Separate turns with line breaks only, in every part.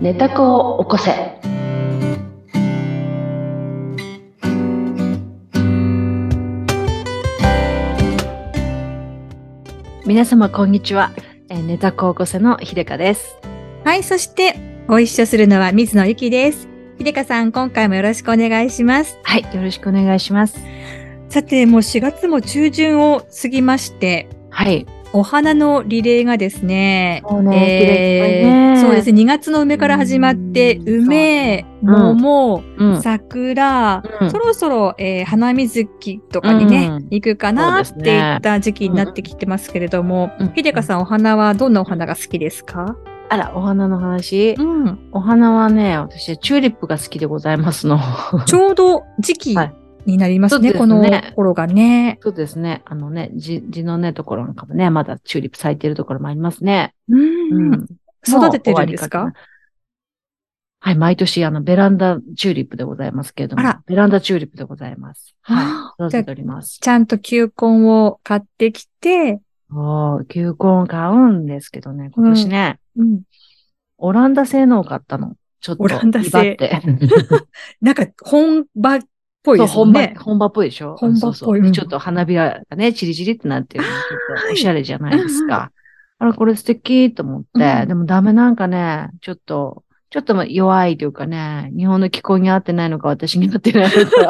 寝た子を起こせ。皆様こんにちは。えー寝た子を起こせの秀香です。
はい、そしてご一緒するのは水野ゆきです。ひでかさん、今回もよろしくお願いします。
はい、よろしくお願いします。
さて、もう4月も中旬を過ぎまして、
はい。
お花のリレーがですね、
そう
えーそうですね、2月の梅から始まって、
うん
梅、
そうねうん
桃、
うん。
桜、
うん
そろそろ、えー花水木とかにね、
うん
行くかなっ
そうです
て
ね
いった時期になってきてますけれども、
うん
ひでかさん、お花はどんなお花が好きですか
あら、お花の話。
ん。
お花はね、私、チューリップが好きでございますの。
ちょうど時期
はい
になりますね、
そうで
こ
す
の
ね
頃がね。
そうですね。あのね、じ地のね、ところなんかもね、まだチューリップ咲いてるところもありますね。
うん
うん
育ててるんですか
もう終わりなはい、毎年、あの、ベランダチューリップでございますけれども。
あら
ベランダチューリップでございます。
あ
はい。
ー
育てております。
ちゃんと球根を買ってきて、
おー、球根を買うんですけどね、今年ね、
うん、
オランダ製のを買ったの。ちょっと、
オランダ製
威張って。
なんか本場っぽい
そう、
ですも
本
ん
場、
ね。
本場っぽいでしょ
本場っぽい
そうそう
うん
ちょっと花びらがね、チリチリってなってるのちょっとおしゃれじゃないです
は
か。あら、これ素敵と思って、
うん
でもダメなんかね、ちょっと、ちょっと弱いというかね、日本の気候に合ってないのか私に合ってないのか。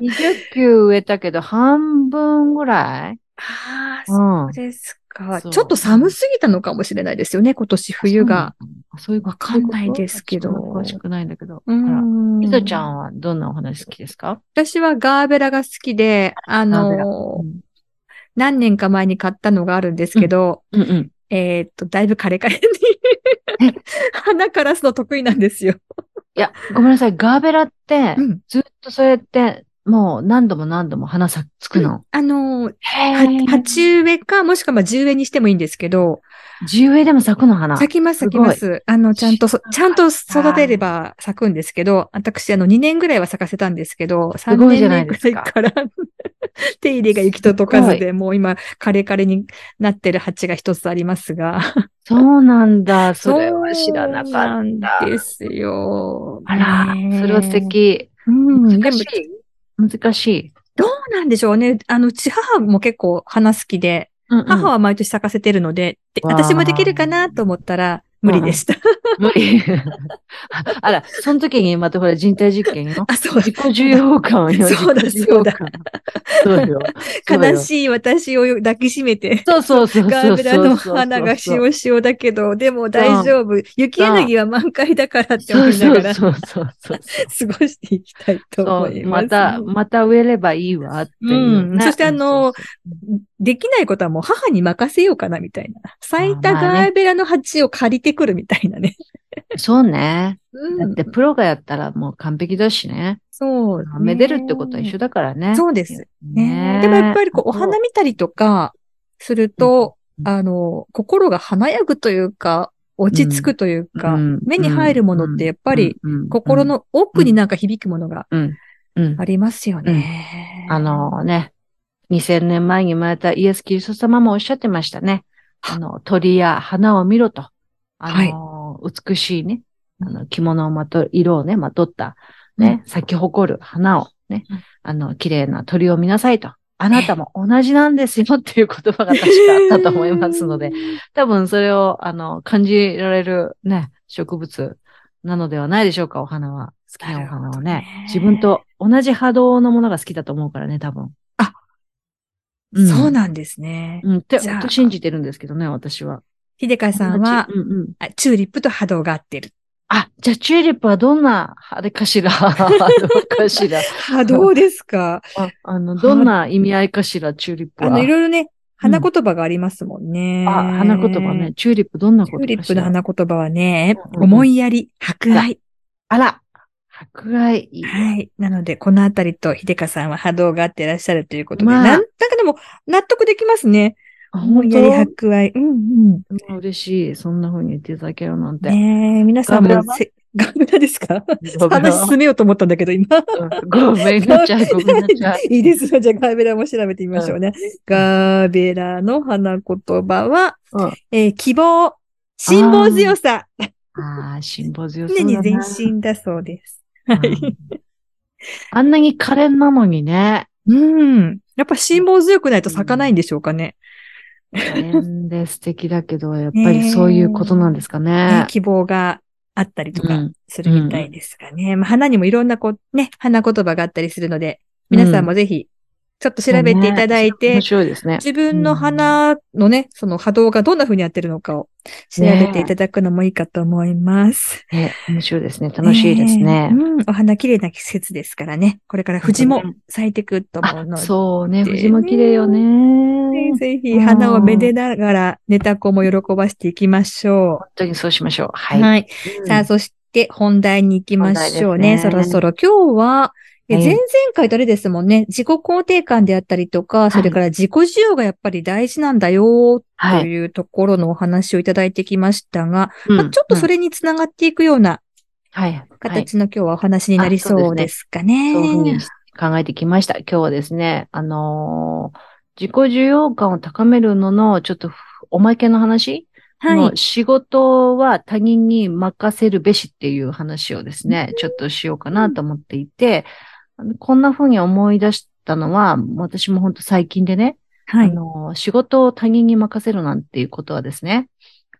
20球植えたけど、半分ぐらい
ああ、
う
そ
ん
う。ですか。
そう
ちょっと寒すぎたのかもしれないですよね、今年冬が。
あ。そういうこと
わかんないですけど
そういうこと詳しくないんだけど。あ
う
ら。
ん
みぞちゃんはどんなお話好きですか
私はガーベラが好きで、あ
ガーベラ
のー、
ん。
何年か前に買ったのがあるんですけど、
うんうん。
えーっと、だいぶカレカレ
え
に花からすの得意なんですよ。
いや、ごめんなさい。ガーベラって、
うん
ずっとそれって、もう何度も何度も花咲つくの。
あのー、
へ
は鉢植えか、もしくはまあ地植えにしてもいいんですけど、
地植えでも咲くの花。
咲きます、
す
咲き
ごい
ます。あの、ちゃんとそ
知らなかっ、た
ちゃんと育てれば咲くんですけど、私、あの、2年ぐらいは咲かせたんですけど、3
ごいじゃ
年
ない
目
で
ぐ
す
らい
か
から、手入れが行き届かず
すご
で、もう今、カレカレになってる鉢が一つありますが。
そうなんだ。それは知らな
そう
かっ
なん
た。
ですよ。
あら、
ねえ
それは素。敵。
うん、で
難
も、
し
ど
い。難しい。
うなんでしょうね。あの、うち母も結構花好きで、母
は
は毎年咲かせてるので、で
わあ
私もできるかなと思ったら、無理でした。
無理。 あら、その時にまたほら人体実験よ。
あ、そう
自己需要感よ。
そうだ
自己需要感そうよ。そうよ
悲しい私を抱きしめて。
そうそうそうそうそう。
ガーベラの花が
そうそうそう
塩塩だけど、でも大丈夫。雪柳は満開だからって
そ
思
う
いな
そ
が
う
ら過
そうそうそう。
ごしていきたいと
そ
思
う、
います。
また、また植えればいいわっていううね、
んそしてあ
そう
のできないことはもう母に任せようかなみたいな。咲いた
あーまあね
ガーベラの鉢を借りてくるみたいなね。
そうそうね。だっ
うん
て、プロがやったらもう完璧だしね。
そう。
めでるってことは一緒だからね。
そうです。ねでもやっぱりこう、お花見たりとかすると、
うん
あの、心が華やぐというか、落ち着くというか、
うん
目に入るものってやっぱり、
うん
心、の奥になんか響くものが
うんうんうん
ありますよね。
あ、のね、2000年前に生まれたイエス・キリスト様もおっしゃってましたね。あの、鳥や花を見ろと。あの、美しいね、あの、着物をまと、色をね、まとった、ね、咲き誇る花をね
うん、
あの、綺麗な鳥を見なさいと。あなたも同じなんですよっていう言葉が確かあったと思いますので、。多分それを、あの、感じられるね、植物なのではないでしょうか、お花は。好きなお花はね
なるほどね。
自分と同じ波動のものが好きだと思うからね、多分。
あ、
うん、
そうなんですね。
うん、って、
じゃあ
と信じてるんですけどね、私は。
ひでかさんは
う、んうん。
あチューリップと波動が合ってる。
あ、じゃあチューリップはどんな、あれかしら、 どうかしら。
波動ですか
ああの、どんな意味合いかしら、チューリップ
あ
は。
の、いろいろね、花言葉がありますもんね。
あ、花言葉ね。。チューリップどんな
チ
こ
ュ
と
ーリ
か
ッ
し
プ
ら
の花言葉はね、
うんうん
思いやり、博愛。
あら、博愛。いいわ
はい。なので、このあたりと、ひでかさんは波動が合ってらっしゃるということで、
まあ
なん、なんかでも、納得できますね。
あ
思
本
い
当
やり、博愛。うんうん。
うん嬉しい。そんな風に言っていただけるなんて。
ねえ、皆さん
ガ
も
ムラ
せ、ガムラですか
ごめん
話進めようと思ったんだけど、今。
ごめんなちゃい、ごめんなちゃい。
いいですよ。じゃあ、ガーベラも調べてみましょうね。ガーベラの花言葉は、
うん
えー希望、辛抱強さ、
ああ、辛抱強そうだ
常に
な。
全身だそうです。はい。
うんあんなに可憐なのにね。
うん。やっぱ辛抱強くないと咲かないんでしょうかね。
可憐で素敵だけど、やっぱりそういうことなんですか
ね
ね。
希望があったりと
う
か
ん
するみたいですがね。まあ、花にもいろんなこう、ね、花言葉があったりするので、皆さんもぜひ、ちょっと調べていただいて、
面白いですね。
自分の花のね、その波動がどんな風にやってるのかを調べていただくのもいいかと思います。
ね面白いですね。楽しいです
え
ね
え。うん、お花綺麗な季節ですからね。これから藤も咲いてくると思うの
あ、
で。
そうね。
で
藤も綺麗よね。
ぜひ花をめでながら、寝た子も喜ばしていきましょ
本当にそうしましょう。
う。
はい。
はい。
うん
さあ、そして本題に行きましょう
本題
ね。
です
そ
ね
ろそろ今日は、え
はい
前々回とあれですもんね、自己肯定感であったりとか、それから自己需要がやっぱり大事なんだよ、と
はい。
いうところのお話をいただいてきましたが、ま
う
あ
ん
ちょっとそ、れにつながっていくような
うんはい。はい
形の今日はお話になりそうですかね。
そういうふうに考えてきました。今日はですね、あのー自己需要感を高めるのの、ちょっとふおまけの話、
は
の
い。
仕事は他人に任せるべしっていう話をですね、ちょっとしようかなと思っていて、あのこんなふうに思い出したのは、私も本当最近でね、
は
あ
い。
のー仕事を他人に任せるなんていうことはですね、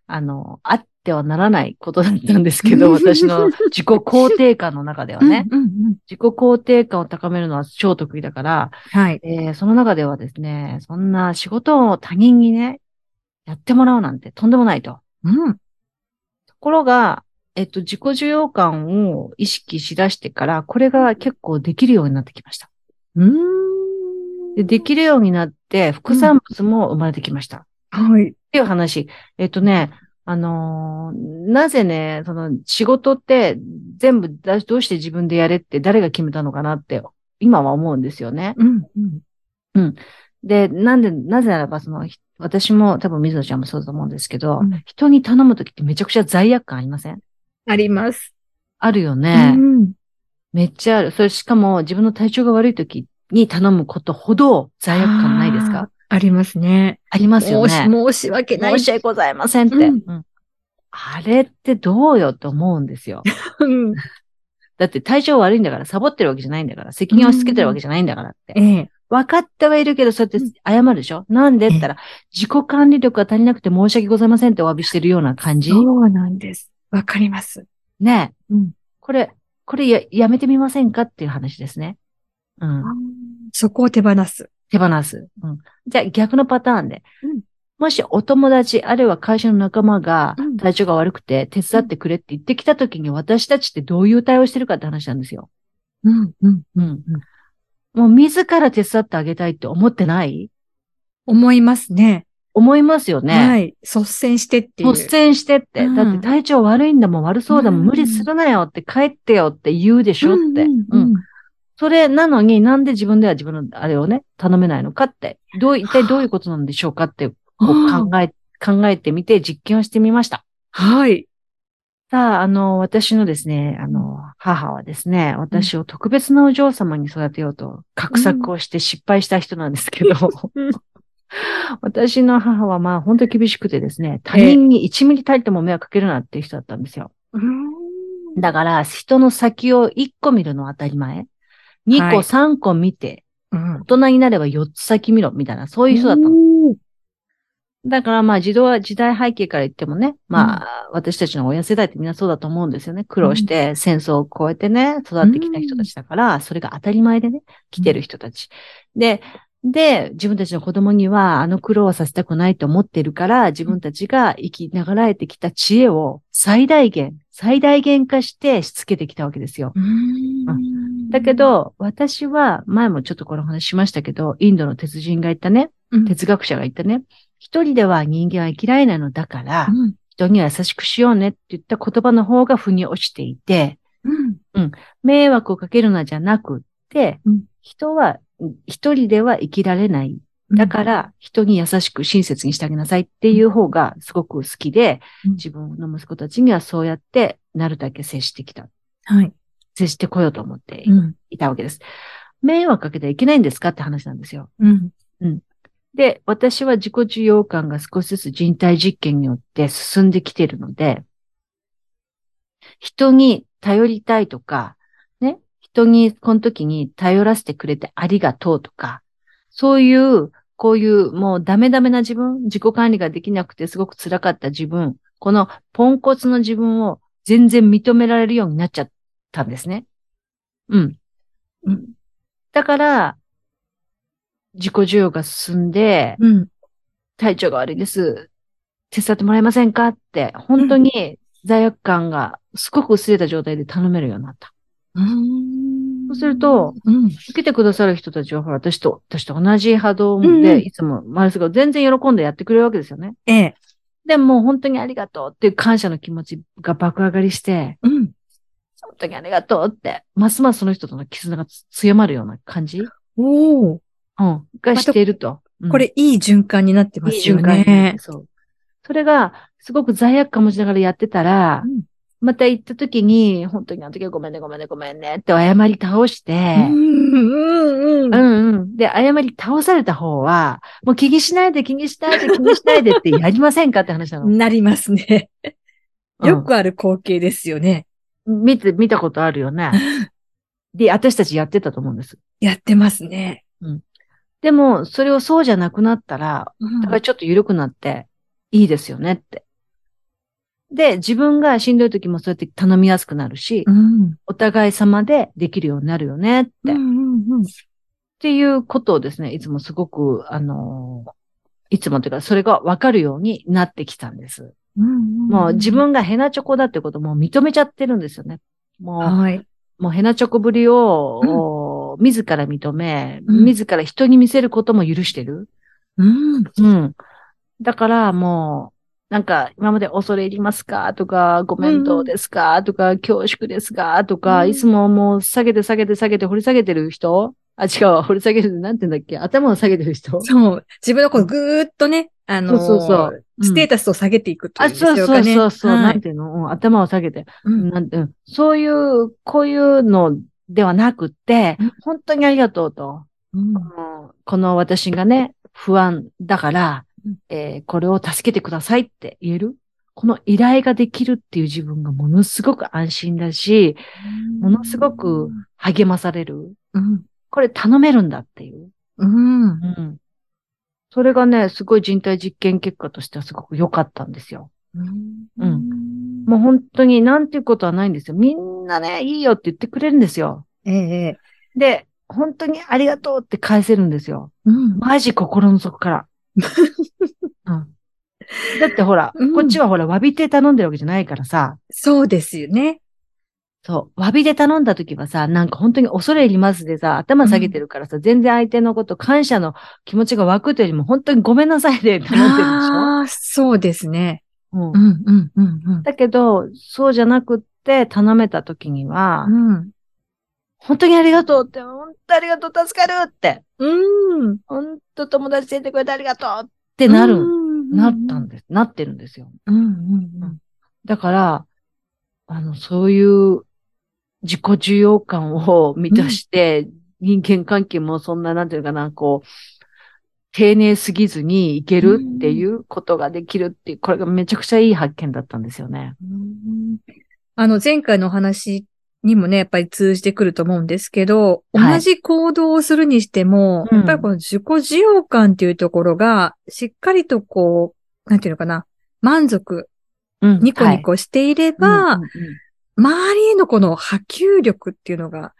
あのーあってはならないことだったんですけ ど、私の自己肯定感の中ではね。
うんうんうん
自己肯定感を高めるのは超得意だから、
はい。
えーその中ではですね、そんな仕事を他人にね、やってもらうなんてとんでもないと。
うん。
ところが、えっと、自己需要感を意識しだしてから、これが結構できるようになってきました。
うー
で
ん。
できるようになって、副産物も生まれてきました。っ
はい。
ていう話。えっとね、あのーなぜね、その仕事って全部だどうして自分でやれって誰が決めたのかなって、今は思うんですよね。
うん。うん
で、なんで、なぜならば、その、ひ私も多分水野ちゃんもそうだと思うんですけど、
うん
人に頼むときってめちゃくちゃ罪悪感ありません
あります。
あるよ
う
ね。
ん。
めっちゃある。それしかも自分の体調が悪いときに頼むことほど罪悪感ないですか
ありますね。
ありますよね。
申し申し訳ない。
申し訳ございませんって。
うん
うんあれってどうよと思うんですよ。
うん
だって体調悪いんだから、サボってるわけじゃないんだから、責任を押し付けてるわけじゃないんだからって。
ええ。
分かってはいるけど、そうやって謝るでしょ、なんでって言ったら、自己管理力が足りなくて申し訳ございませんってお詫びしてるような感じ
そうなんです。わかります。
ねえ。
うん
これ、これややめてみませんかっていう話ですね。うん。
そこを手放す。
手放す。うん。じゃあ逆のパターンで。
うん
もしお友達、あるいは会社の仲間が
うん
体調が悪くて手伝ってくれって言ってきた時に私たちってどういう対応してるかって話なんですよ。
うん、うん。
うん。もう自ら手伝ってあげたいって思ってない
思いますね。
思いますよね。
はい。率先してっていう。
率先してって、
うん
だって体調悪いんだもん、悪そうだもん、
うん
無理するなよって、帰ってよって言うでしょって。
うん
うんそれなのになんで自分では自分のあれをね、頼めないのかって、どう、一体どういうことなんでしょうかって、こう
あー
考え、考えてみて実験をしてみました。
はい。
さあ、あの、私のですね、あの、母はですね、私を特別なお嬢様に育てようと、画策をして失敗した人なんですけど、
うん
私の母はまあ本当厳しくてですね、他人に1ミリたりとも迷惑かけるなっていう人だったんですよ。だから、人の先を1個見るのは当たり前。2個、
はい
3個見て、
うん。
大人になれば4つ先見ろ、みたいな、そういう人だったの。
の。
だから、まあ、児童は時代背景から言ってもね、まあ、私たちの親世代ってみんなそうだと思うんですよね。苦労して、戦争を超えてね、育ってきた人たちだから、それが当たり前でね、来てる人たち。で、で、自分たちの子供には、あの苦労はさせたくないと思ってるから、自分たちが生きながらえてきた知恵を最大限、最大限化してしつけてきたわけですよ。だけ、ど、私は、前もちょっとこの話しましたけど、インドの鉄人が言ったね、
うん
哲学者が言ったね、一人では人間は生きられないのだから、
うん
人には優しくしようねって言った言葉の方が腑に落ちていて、
うん
迷惑をかけるなじゃなくって、
うん
人は、一人では生きられない。だか、ら、人に優しく親切にしてあげなさいっていう方がすごく好きで、
うん
自分の息子たちにはそうやって、なるだけ接してきた。
はい。
接してこようと思って
うん。
いたわけです。迷惑かけてはいけないんですかって話なんですよ。
うん。
で、私は自己需要感が少しずつ人体実験によって進んできているので、人に頼りたいとか、ね、人にこの時に頼らせてくれてありがとうとか、そういう、こういうもうダメダメな自分、自己管理ができなくてすごく辛かった自分、このポンコツの自分を全然認められるようになっちゃったんですね。うん。
うん
だから、自己需要が進んで、
うん。
体調が悪いです。手伝ってもらえませんかって、本当に罪悪感がすごく薄れた状態で頼めるようになった。
そ
そうすると、
うん。
受けてくださる人たちは、ほら、私と、私と同じ波動で、
うん
いつも、マルスが全然喜んでやってくれるわけですよね。
ええ。
でも、本当にありがとうっていう感謝の気持ちが爆上がりして、
うん。
本当にありがとうって、ますますその人との絆が強まるような感じ
おお、
うん。がしていると。うん
これいい循環になってますよ
いい循環
ね
に。そう。それが、すごく罪悪感持ちながらやってたら、
うん
また行った時に、本当にあの時はごめんね、ごめんね、ごめんねって謝り倒して、
うんうん
う
うん。
んうん。で、謝り倒された方は、もう気にしないで気にしないで気にしないでってやりませんかって話なの。
なりますね。
うん
よくある光景ですよね。
見て、見たことあるよね。 で、私たちやってたと思うんです。
やってますね。
でも、それをそうじゃなくなったら、だからちょっと緩くなって、いいですよねって。で、自分がしんどい時もそうやって頼みやすくなるし、
うん。
お互い様でできるようになるよねって、
う
っ
んうんうん
ていうことをですね、いつもすごく、あのーいつもというか、それがわかるようになってきたんです。
うん
もう自、分がヘナチョコだってことも認めちゃってるんですよね。も
はい。
う、もうヘナチョコぶりを、自ら認め、
うん
自ら人に見せることも許してる。
うん。
うん。だからもう、なんか、今まで恐れ入りますかとか、ご面倒ですか、とか、恐縮ですかとか、
うん
いつももう下げて下げて下げて掘り下げてる人あ、違う、掘り下げる、なんて言うんだっけ頭を下げてる人
そう。自分のこうぐーっとね、あのー、
そうそうそううん
ステータスを下げていくとい
あ、
うんでしょ
そうう
か
そう
ね。
そうそう、
は
ないんていうの、うん、頭を下げて、
うん
なんてうんそういう、こういうのではなくって
うん、
本当にありがとうと。
うん
うんこの私がね、不安だから
うん、
えーこれを助けてくださいって言えるこの依頼ができるっていう自分がものすごく安心だし、ものすごく、励まされる。
うん。
これ頼めるんだっていう。
うん。
うん。それがね、すごい人体実験結果としてはすごく良かったんですよ。
う。
うんもう本当になんていうことはないんですよ。みんなね、いいよって言ってくれるんですよ。
ええ。
で、本当にありがとうって返せるんですよ。
うん。
マジ心の底 から。うん、だってほら、
うん
こっちはほら、詫びて頼んでるわけじゃないからさ。
そうですよね。
そう。詫びで頼んだ時はさ、なんか本当に恐れ入りますでさ、頭下げてるからさ、全然相手のこと、感謝の気持ちが湧くというよりも、本当にごめんなさいで頼んでるでしょ、
ああ、そうですね。
うん
うん、うん、うん、
だけど、そうじゃなくって、頼めた時には、
うん。
本当にありがとうって、本当ありがとう、助かるって、
うん。うん。っ
本当友達出てくれてありがとうってなる、なったん
だ。
です、なってるんですよ。
うん、うん、
だから、あの、そういう自己需要感を満たして、人間関係もそんな、なんていうかな、こう、丁寧すぎずにいけるっていうことができるっていう、これがめちゃくちゃいい発見だったんですよね。
うん。あの、前回のお話にもね、やっぱり通じてくると思うんですけど、
はい
同じ行動をするにしても、
うん
やっぱりこの自己需要感っていうところが、しっかりとこう、なんていうのかな、満足、
うん
ニコニコしていれば、
はいうんうんうん
周りへのこの波及力っていうのが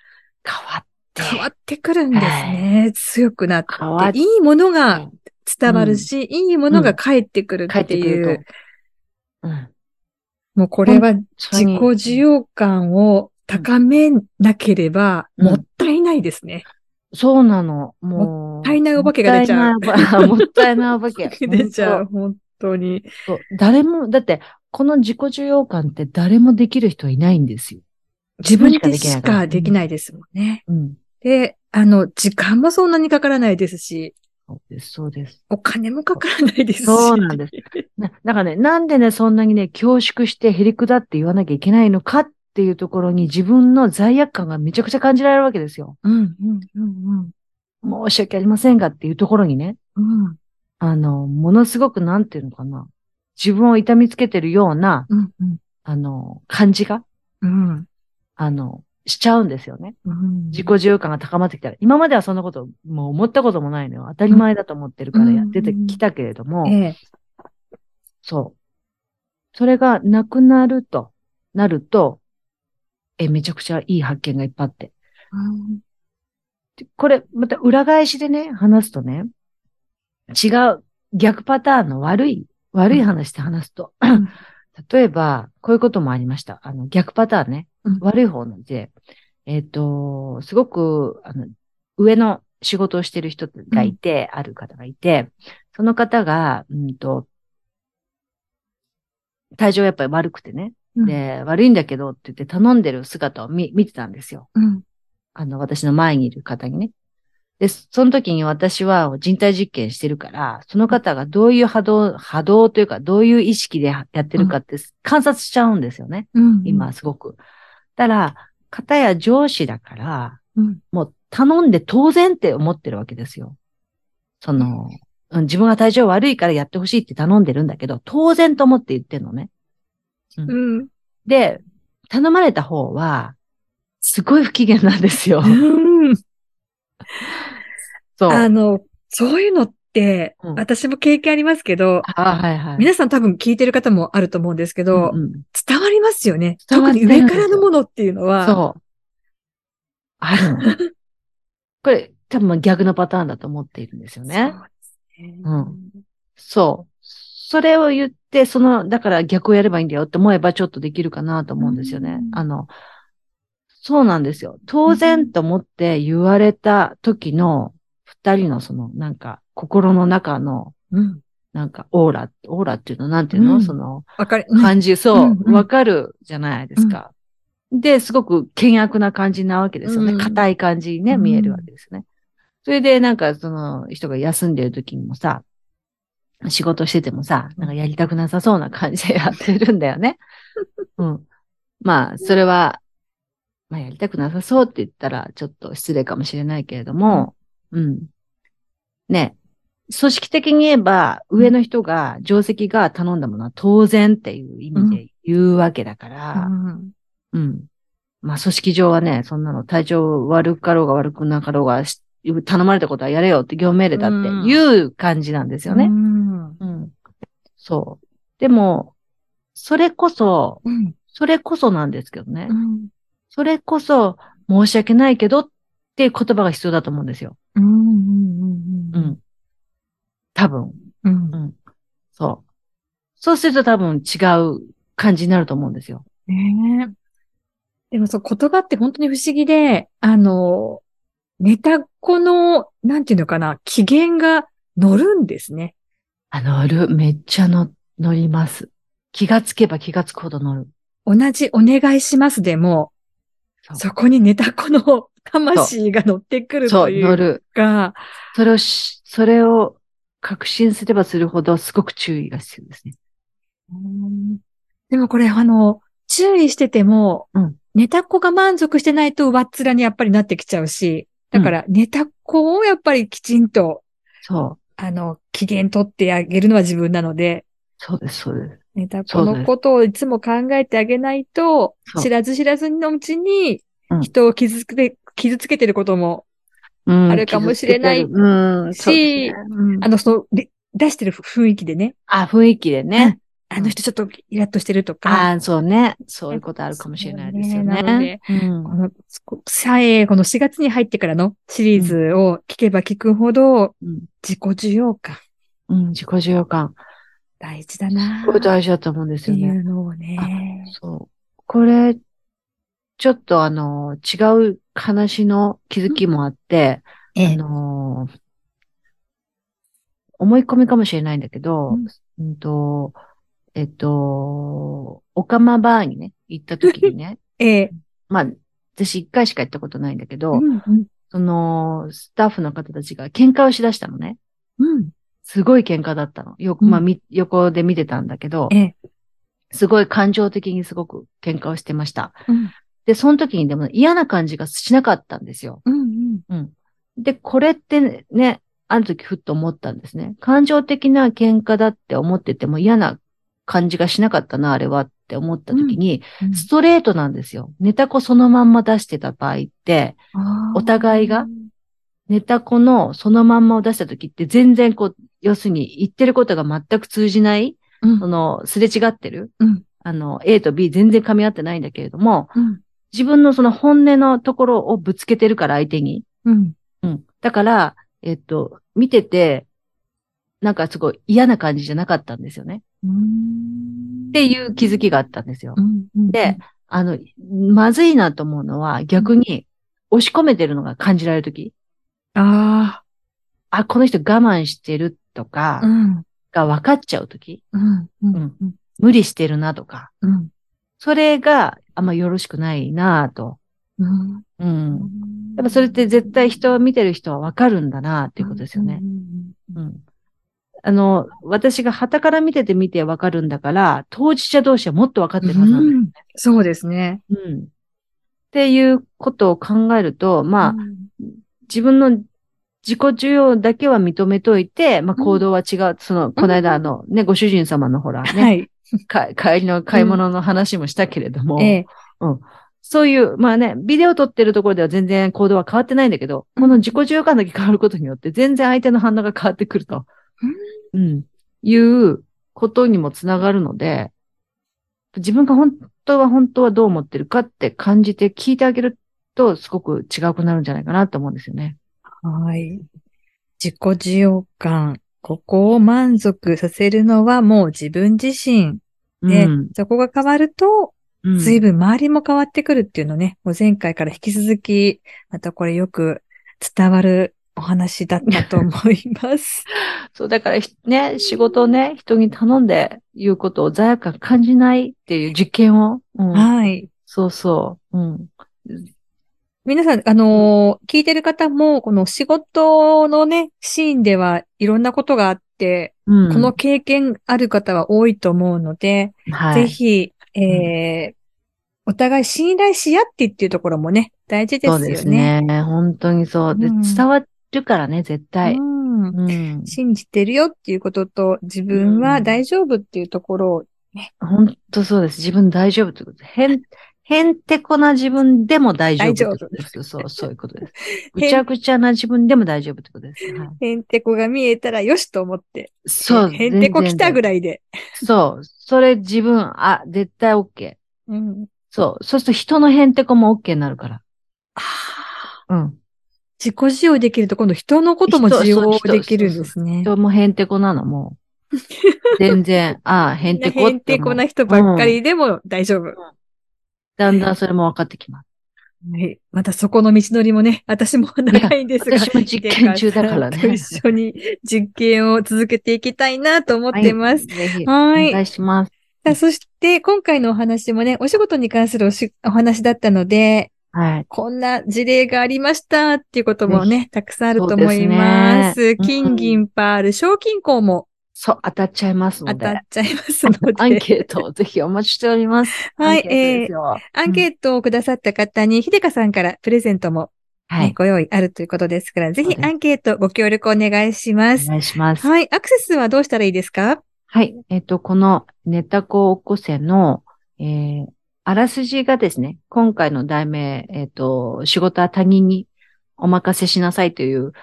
変わって、
変わってくるんですね。強くなっ。
変わって
いいものが伝わるし、いいものが返ってくる
帰
っ
っててく
いう。
ると。うん。
もうこれは
自
自己需要感を高めなければ、
うん
もったいないですね。
そうなの。もう。も
ったいないお化けが出ちゃう
ったいないお化もったいないお化 け。
出ちゃう、本当に。
本当。そう誰も、だって、この自己需要感って誰もできる人はいないんですよ。
自分で
自分
し
しか
か
で
で
き
き
な
ないですもんね。
うん。
で、あの、時間もそんなにかからないですし、
そうです、そうです。
お金もかからないです し。。
そうなんですななんかね、なんでね、そんなにね、恐縮してへりくだって言わなきゃいけないのかっていうところに自分の罪悪感がめちゃくちゃ感じられるわけですよ。
うん、うん、うん、
申し訳ありませんがっていうところにね、
うん。うん、
あの、ものすごくなんていうのかな。自分を痛みつけてるような、
うん、うん。
あの、感じが
うん。
あの、しちゃうんですよね。
うん
自己需要感が高まってきたら、今まではそんなこと、もう思ったこともないのよ。当たり前だと思ってるからやっててきたけれども、
ええ。
そう。それがなくなると、なると、え、めちゃくちゃいい発見がいっぱいあって。でこれ、また裏返しでね、話すとね、違う、逆パターンの悪い、悪い話で話すと、
ん
例えば、こういうこともありました。あの、逆パターンね
うん、
悪い方なんで、えっ、と、すごく、あの、上の仕事をしてる人がいて、ある方がいて、その方が、うんと、体調やっぱり悪くてね、
うん
で、悪いんだけどって言って頼んでる姿を見見てたんですよ。
うん。
あの、私の前にいる方にね。で、その時に私は人体実験してるから、その方がどういう波動、波動というか、どういう意識でやってるかって観察しちゃうんですよね。
うん。
今、すごく。たら、方や上司だから、
うん。
もう頼んで当然って思ってるわけですよ。その、うん自分が体調悪いからやってほしいって頼んでるんだけど、当然と思って言ってんのね。
うん。
で、頼まれた方は、すごい不機嫌なんですよ。
うん。
そう。
あの、そういうのって、
うん
私も経験ありますけど、
あ、はいはい。
皆さん多分聞いてる方もあると思うんですけど、
うんうん
伝わりますよね。
伝わ
特
って
に上からのものっていうのは、
そう。あ るの。これ、多分逆のパターンだと思っているんですよね。
そうですね
うんそう。それを言って、その、だから逆をやればいいんだよって思えばちょっとできるかなと思うんですよね。
うん
あの、そうなんですよ。当然と思って言われた時の、二人のその、なんか、心の中の、
うん。
なんか、オーラ、オーラっていうの、なんていうの、
うん
その、
わかり、
感じ、そうう、わ
ん、うん
かるじゃないですか。で、すごく険悪な感じなわけですよ
う
ね。
ん
硬、い感じにね、
うん
見えるわけですね。それで、なんか、その人が休んでる時にもさ、仕事しててもさ、なんかやりたくなさそうな感じでやってるんだよ ね。うん。まあ、それは、まあ、やりたくなさそうって言ったら、ちょっと失礼かもしれないけれども、うん。ね、組織的に言えば、上の人が、定石が頼んだものは当然っていう意味で言うわけだか
う
ら、
ん
うん。まあ、組織上はね、そんなの体調悪かろうが悪くなかろうが、し頼まれたことはやれよって業務命令だっていう感じなんですよ
う
ね。う
ん
ん。そう。でも、それこそ、
うん
それこそなんですけどね。
うん
それこそ、申し訳ないけどっていう言葉が必要だと思うんですよ。
うんうん
う
うん
ん。多分。
うん
うん。そう。そうすると多分違う感じになると思うんですよ。
ねえでもそう、言葉って本当に不思議で、あの、ネタっ子の、なんていうのかな、機嫌が乗るんですね。
あ、乗る。めっちゃ乗、乗ります。気がつけば気がつくほど乗る。
同じお願いしますでも、
そう
そこにネタっ子の魂が乗ってくる
そ
と
う、
い
乗
う
る。
か、
それをし、それを確信すればするほどすごく注意が必要ですね。
うんでもこれ、あの、注意してても、
うん
ネタっ子が満足してないと上っ面にやっぱりなってきちゃうし、だからネタっ子をやっぱりきちんと、
そう。
あの、機嫌取ってあげるのは自分なので、
そうです、そうです。
ネタっ
そ
子
うだね
のことをいつも考えてあげないと
そ、う
知らず知らずのうちに
うん、
人を傷つけ、傷つけてることも、
うん
あるかもしれない
傷つけてるうん、そうですね
し
うん
あの、その、で出してる雰囲気でね、
あ、雰囲気でね。
あの人ちょっとイラッとしてるとか、
ああ、そうね。そういうことあるかもしれないですよ
そうね
ね。うん
この、こさえ、この4月に入ってからのシリーズを聞けば聞くほど、
うん
自己需要感、
うん、自己需要感。
大事だな
これ
っ
大事だと思うんです
て
よ
い
ね。
うのをね。
そう。これ、ちょっとあの、違う話の気づきもあって、
え
あのー思い込みかもしれないんだけど、うんと、えっと、オカマバーにね、行った時にね、
ええ
まあ、私一回しか行ったことないんだけど、
うんうん
その、スタッフの方たちが喧嘩をしだしたのね。
うん
すごい喧嘩だったの。よ
うん
まあ、み横で見てたんだけど、
ええ
すごい感情的にすごく喧嘩をしてました。
うん
で、その時にでも嫌な感じがしなかったんですよ。
うん
うん。で、これってね、ある時ふっと思ったんですね。感情的な喧嘩だって思ってても嫌な感じがしなかったな、あれはって思った時に、
うん
ストレートなんですよ。ネタ子そのまんま出してた場合って、お互いが、ネタ子のそのまんまを出した時って全然こう、要するに言ってることが全く通じない、
うん
その、すれ違ってる、
うん
あの、A と B 全然噛み合ってないんだけれども、
うん
自分のその本音のところをぶつけてるから相手に。
うん
うん。だから、えっと、見てて、なんかすごい嫌な感じじゃなかったんですよね。
うん
っていう気づきがあったんですよ。
うんうん
で、あの、まずいなと思うのは逆に押し込めてるのが感じられるとき、
あ
あ、この人我慢してると
あ、う
か
ん、
が分かっちゃうとき、
うん、うん、
うん無理してるなとか、
うん、
それがあんまよろしくないなと。
うん。
うん。やっぱそれって絶対人を見てる人は分かるんだなっていうことですよね。
うん
うんあの、私が旗から見てて見てわかるんだから、当事者同士はもっとわかってるはずなんだよね。
そうですね。
うんっていうことを考えると、まあ、
うん
自分の自己需要だけは認めといて、まあ、行動は違う。その、この間、あの、ね、ご主人様のほらね、
はい。
か帰りの買い物の話もしたけれども、
ええ。
そういう、まあね、ビデオ撮ってるところでは全然行動は変わってないんだけど、
うん
この自己需要感だけ変わることによって、全然相手の反応が変わってくると。うん。いうことにもつながるので、自分が本当は本当はどう思ってるかって感じて聞いてあげると、すごく違うくなるんじゃないかなと思うんですよね。
はい。自己需要感。ここを満足させるのはもう自分自身で、
うん
そこが変わると、
うん
随分周りも変わってくるっていうのね、もう前回から引き続き、またこれよく伝わるお話だったと思います。
そう、だからひね、仕事をね、人に頼んで言うことを罪悪感感じないっていう実験を。 うん、
はい。
そうそう。うん。
皆さん、あのー聞いてる方も、この仕事のね、シーンではいろんなことがあって、
うん、
この、経験ある方は多いと思うので、
はい、
ぜひ、えーお互い信頼し合ってっていうところもね、大事ですよ
そう
ね。
ですね。本当にそう。で、
うん
伝わるからね、絶対。
うん。
うん。
信じてるよっていうことと、自分は大丈夫っていうところを、
本当そうです。自分大丈夫ってこと。へ ん、へんてこな自分でも大丈夫ってことです。そう、そういうこと です。ぐちゃぐちゃな自分でも大丈夫ってことです。はい
へんてこが見えたらよしと思って、
そう。
へんてこ来たぐ
い。
らいで。
そう。それ自分、あ、絶対 OK。
うん。
そう。そうすると人のへんてこも OK になるから。
あ
うん。
自己需要できると、今度人のことも需要
人そう人
できるんですね。
人もへんてこなの、 もう。全然、ああ、へんてこ
へ
っ
ん
て
て
思
こ
う。
な人ばっかりでも大丈夫。
だんだんそれも分かってきます。
はい。またそこの道のりもね、私も長いんですが。
私も実験中だからね
ヒデカさんと一緒に実験を続けていきたいなと思ってます。
はい、ぜひ、お
はい。
願いします。
さあそして、今回のお話もね、お仕事に関するおしお話だったので、
はい。
こんな事例がありましたっていうことも
ぜ
ね、たくさんあると思いま。
そうですすねうん
金銀パール、賞金項も
そう、当たっちゃいます
当
の
たっ
で。
ちゃいますので。
アンケートをぜひお待ちしております。
は
ア
い
ン、ケート
え
で
ー
す、よ
アンケートをくださった方に、ひでかさんからプレゼントも
は
ね
い。
ご用意あるということですから、ぜ
そう
ひ
です
アンケートご協力お願いしま
お
す。
願いします。はい。
はい。アクセスはどうしたらいいですか
えっ、と、このネタ子起こせの、えー、あらすじがですね、今回の題名、えっ、と、仕事は他人にお任せしなさいという、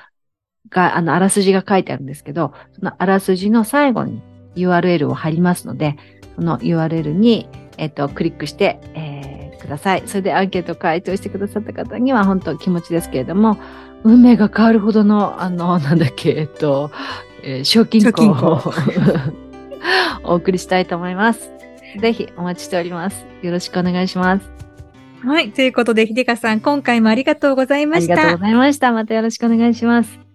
が、あの、あらすじが書いてあるんですけど、そのあらすじの最後に URL を貼りますので、その URL に、えっ、と、クリックして、えーください。それでアンケートを回答してくださった方には、本当気持ちですけれども、運命が変わるほどの、あの、なんだっけ、えっと、えー賞金庫を お送りしたいと思います。ぜひお待ちしております。よろしくお願いします。
はい。ということで、ひでかさん、今回もありがとうござい
あ
ま
り
し
がとう
た
ご。ざいました。またよろしくお願いします。